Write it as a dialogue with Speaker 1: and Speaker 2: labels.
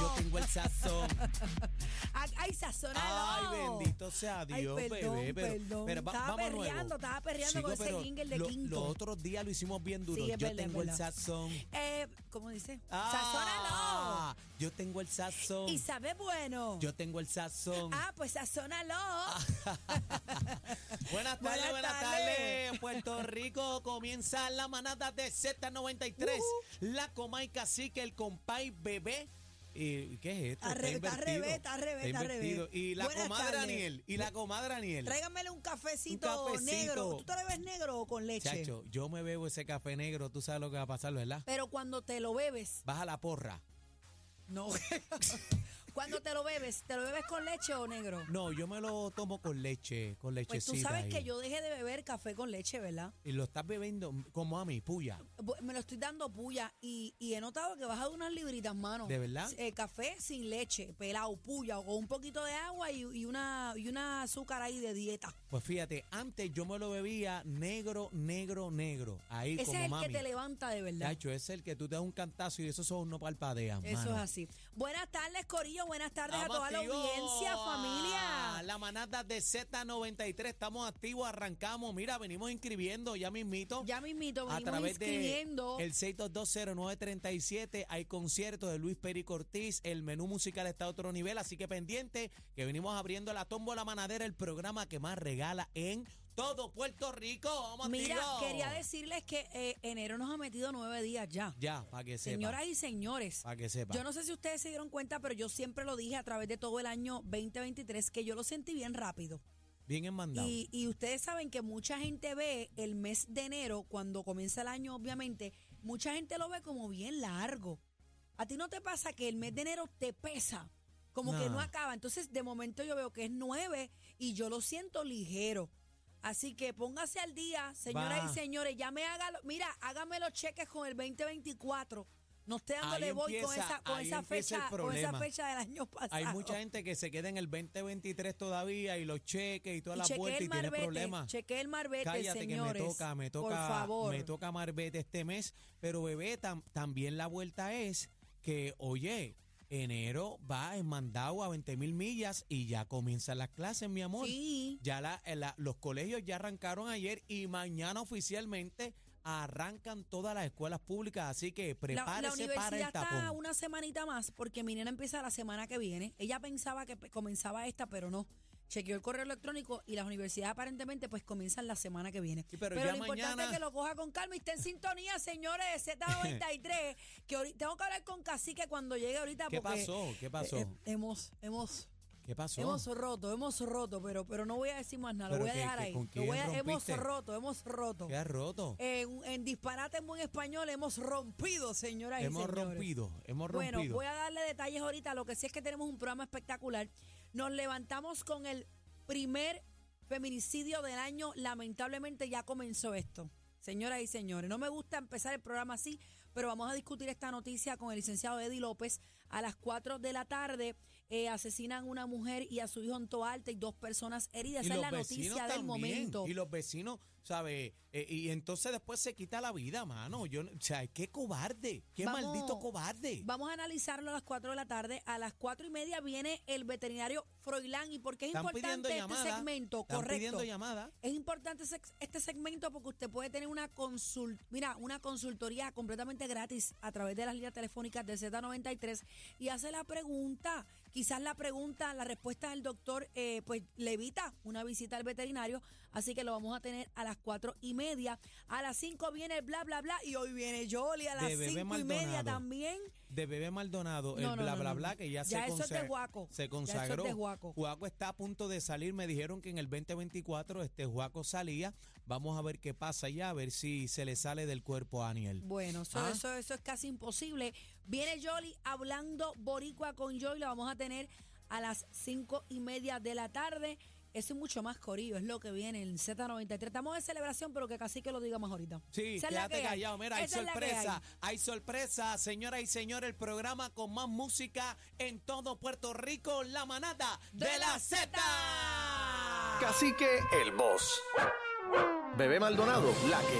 Speaker 1: yo tengo el sazón.
Speaker 2: Ah, Ay, sazonalo.
Speaker 1: Ay, bendito sea
Speaker 2: Ay,
Speaker 1: Dios,
Speaker 2: perdón,
Speaker 1: bebé. Pero,
Speaker 2: perdón.
Speaker 1: pero va-
Speaker 2: Estaba
Speaker 1: vamos nuevo.
Speaker 2: perreando, estaba perreando con ese
Speaker 1: pero
Speaker 2: jingle de
Speaker 1: lo-
Speaker 2: quinto.
Speaker 1: Los otros días lo hicimos bien duro.
Speaker 2: Sí, es
Speaker 1: yo
Speaker 2: verdad, es
Speaker 1: tengo el
Speaker 2: verdad.
Speaker 1: sazón.
Speaker 2: Eh, ¿Cómo dice?
Speaker 1: Ah, Yo tengo el sazón.
Speaker 2: sazónalo. Y sabe bueno.
Speaker 1: Yo tengo Ah, el sazón.
Speaker 2: Ah, pues sazónalo.
Speaker 1: Buenas
Speaker 2: Buenas
Speaker 1: tardes, buenas
Speaker 2: tardes.
Speaker 1: tardes. Puerto Rico comienza la manada de Z93.
Speaker 2: Uh-huh.
Speaker 1: La Comay Cacique, el compay bebé. ¿Y ¿Qué es esto?
Speaker 2: Arre- está al
Speaker 1: invertido.
Speaker 2: revés, está al revés,
Speaker 1: Está
Speaker 2: está al
Speaker 1: invertido.
Speaker 2: revés.
Speaker 1: Y la
Speaker 2: Buenas
Speaker 1: comadre
Speaker 2: tardes.
Speaker 1: Daniel. Y la comadre Daniel.
Speaker 2: Tráigamele un cafecito,
Speaker 1: Un cafecito.
Speaker 2: negro. ¿Tú te lo bebes negro o con leche?
Speaker 1: Chacho, yo me bebo ese café negro, tú sabes lo que va a pasar, ¿verdad?
Speaker 2: Pero cuando te lo bebes,
Speaker 1: Baja la porra.
Speaker 2: no. cuando te lo bebes, ¿te lo bebes con leche o negro?
Speaker 1: No, yo me lo tomo con leche, con
Speaker 2: Pues
Speaker 1: lechecita.
Speaker 2: tú sabes
Speaker 1: ahí.
Speaker 2: que yo dejé de beber café con leche, ¿verdad?
Speaker 1: Y lo estás bebiendo como a mí, puya.
Speaker 2: Bu- Me lo estoy dando puya y, y he notado que he bajado unas libritas, mano.
Speaker 1: ¿De verdad?
Speaker 2: Eh, café sin leche, pelado, puya, o un poquito de agua y, y una, y una azúcar ahí de dieta.
Speaker 1: Pues fíjate, antes yo me lo bebía negro, negro, negro. Ahí
Speaker 2: Ese
Speaker 1: como
Speaker 2: es el
Speaker 1: mami.
Speaker 2: que te levanta de verdad.
Speaker 1: Chacho, es el que tú te das un cantazo y esos ojos no palpadean.
Speaker 2: Eso
Speaker 1: mano.
Speaker 2: es así. Buenas tardes, Corillo. Buenas tardes
Speaker 1: Estamos
Speaker 2: a toda la
Speaker 1: activos.
Speaker 2: audiencia, familia.
Speaker 1: Ah, La manada de Z93, estamos activos, arrancamos. Mira, venimos inscribiendo ya mismito.
Speaker 2: Ya mismito
Speaker 1: a
Speaker 2: venimos
Speaker 1: través de
Speaker 2: inscribiendo.
Speaker 1: el 6220937 hay conciertos de Luis Peri Cortiz, el menú musical está a otro nivel, así que pendiente que venimos abriendo la tómbola manadera, el programa que más regala en todo Puerto Rico. Vamos
Speaker 2: Mira,
Speaker 1: activos.
Speaker 2: quería decirles que eh, enero nos ha metido nueve días ya.
Speaker 1: ya, para que sepa.
Speaker 2: Señoras y señores,
Speaker 1: para que sepa.
Speaker 2: yo no sé si ustedes se dieron cuenta, pero yo siempre lo dije a través de todo el año 2023 que yo lo sentí bien rápido.
Speaker 1: Bien enmandado.
Speaker 2: Y, y ustedes saben que mucha gente ve el mes de enero, cuando comienza el año, obviamente, mucha gente lo ve como bien largo. ¿A ti no te pasa que el mes de enero te pesa? Como que no
Speaker 1: Nah.
Speaker 2: acaba. Entonces, de momento yo veo que es nueve y yo lo siento ligero. Así que póngase al día, señoras
Speaker 1: Va.
Speaker 2: y señores. Ya me haga, lo- mira, hágame los cheques con el 2024. No esté dándole
Speaker 1: Ahí
Speaker 2: voy con
Speaker 1: empieza-
Speaker 2: esa, con
Speaker 1: ahí
Speaker 2: esa
Speaker 1: empieza el
Speaker 2: fecha, con esa
Speaker 1: problema.
Speaker 2: fecha del año pasado.
Speaker 1: Hay mucha gente que se queda en el 2023 todavía y los cheques y toda
Speaker 2: Y
Speaker 1: la
Speaker 2: chequeé
Speaker 1: vuelta y
Speaker 2: el
Speaker 1: tiene
Speaker 2: marbete,
Speaker 1: problemas.
Speaker 2: chequeé el marbete,
Speaker 1: Cállate
Speaker 2: señores.
Speaker 1: que me toca, me toca,
Speaker 2: Por favor.
Speaker 1: me toca Marbete este mes, pero bebé, tam- también la vuelta es que, oye, enero va en mandado a 20 mil millas y ya comienzan las clases, mi amor.
Speaker 2: Sí.
Speaker 1: Ya la- eh, la- los colegios ya arrancaron ayer y mañana oficialmente arrancan todas las escuelas públicas, así que
Speaker 2: La- La,
Speaker 1: prepárese para
Speaker 2: universidad
Speaker 1: el tapón.
Speaker 2: está una semanita más porque mi nena empieza la semana que viene. Ella pensaba que pe- comenzaba esta, pero no. Chequeó el correo electrónico y las universidades aparentemente pues comienzan la semana que viene.
Speaker 1: Sí, pero ya
Speaker 2: lo importante
Speaker 1: mañana-
Speaker 2: es que lo coja con calma y esté en sintonía, señores, de Z93, que ahorita tengo que hablar con Cacique cuando llegue ahorita.
Speaker 1: ¿Qué
Speaker 2: porque,
Speaker 1: pasó? ¿Qué pasó?
Speaker 2: eh, eh, hemos, hemos,
Speaker 1: ¿Qué pasó?
Speaker 2: hemos roto, hemos roto, pero, pero no voy a decir más nada, lo
Speaker 1: ¿Pero
Speaker 2: voy a
Speaker 1: qué-
Speaker 2: dejar
Speaker 1: qué-
Speaker 2: ahí.
Speaker 1: con
Speaker 2: Lo
Speaker 1: quién
Speaker 2: voy a- hemos
Speaker 1: rompiste?
Speaker 2: roto, hemos roto.
Speaker 1: ¿Qué has roto?
Speaker 2: En, en disparate en buen español hemos rompido, señoras y
Speaker 1: hemos
Speaker 2: señores.
Speaker 1: rompido, hemos
Speaker 2: Bueno,
Speaker 1: rompido.
Speaker 2: voy a darle detalles ahorita. Lo que sí es que tenemos un programa espectacular. Nos levantamos con el primer feminicidio del año. Lamentablemente ya comenzó esto. Señoras y señores, no me gusta empezar el programa así, pero vamos a discutir esta noticia con el licenciado Eddie López. A las 4 de la tarde eh, asesinan a una mujer y a su hijo en Toalta y dos personas heridas.
Speaker 1: Y
Speaker 2: Esa es
Speaker 1: los
Speaker 2: la
Speaker 1: vecinos
Speaker 2: noticia
Speaker 1: también,
Speaker 2: del momento.
Speaker 1: Y los vecinos, ¿sabe? Eh, y entonces después se quita la vida, mano. Yo, no- o sea, qué cobarde, qué
Speaker 2: Vamos-
Speaker 1: maldito cobarde.
Speaker 2: Vamos a analizarlo a las 4 de la tarde. A las 4 y media viene el veterinario Froilán. ¿Y por qué es
Speaker 1: Están pidiendo
Speaker 2: importante este
Speaker 1: llamada,
Speaker 2: segmento?
Speaker 1: están
Speaker 2: Correcto.
Speaker 1: pidiendo llamada.
Speaker 2: Es importante ese- este segmento porque usted puede tener una consul- mira, una consultoría completamente gratis a través de las líneas telefónicas de Z93 y hace la pregunta. Quizás la pregunta, la respuesta del doctor, eh, pues le evita una visita al veterinario. Así que lo vamos a tener a las cuatro y media. A las cinco viene el bla, bla, bla. Y hoy viene Jolie a las
Speaker 1: De Bebé
Speaker 2: cinco y media
Speaker 1: Maldonado.
Speaker 2: también.
Speaker 1: De Bebé Maldonado,
Speaker 2: No,
Speaker 1: el
Speaker 2: no,
Speaker 1: bla,
Speaker 2: no,
Speaker 1: bla,
Speaker 2: no,
Speaker 1: bla,
Speaker 2: no.
Speaker 1: que ya,
Speaker 2: Ya
Speaker 1: se,
Speaker 2: eso es de
Speaker 1: consa-
Speaker 2: Guaco. Ya eso
Speaker 1: se
Speaker 2: es
Speaker 1: consagró.
Speaker 2: de Guaco.
Speaker 1: está a punto de salir. Me dijeron que en el 2024 este Guaco salía. Vamos a ver qué pasa ya, a ver si se le sale del cuerpo a Aniel.
Speaker 2: Bueno, eso,
Speaker 1: Ah.
Speaker 2: eso, eso es casi imposible. Viene Jolie hablando boricua con Jolie. La vamos a tener a las cinco y media de la tarde. Eso es mucho más corillo, es lo que viene en Z93. Estamos de celebración, pero que casi que lo diga más ahorita.
Speaker 1: Sí,
Speaker 2: Esa es la
Speaker 1: quédate
Speaker 2: que hay.
Speaker 1: callado. Mira, hay
Speaker 2: Esa es la que
Speaker 1: sorpresa.
Speaker 2: hay.
Speaker 1: Hay sorpresa, señoras y señores. El programa con más música en todo Puerto Rico, La Manada de,
Speaker 2: De la
Speaker 1: la Z.
Speaker 3: Cacique, el boss. Bebé Maldonado, la que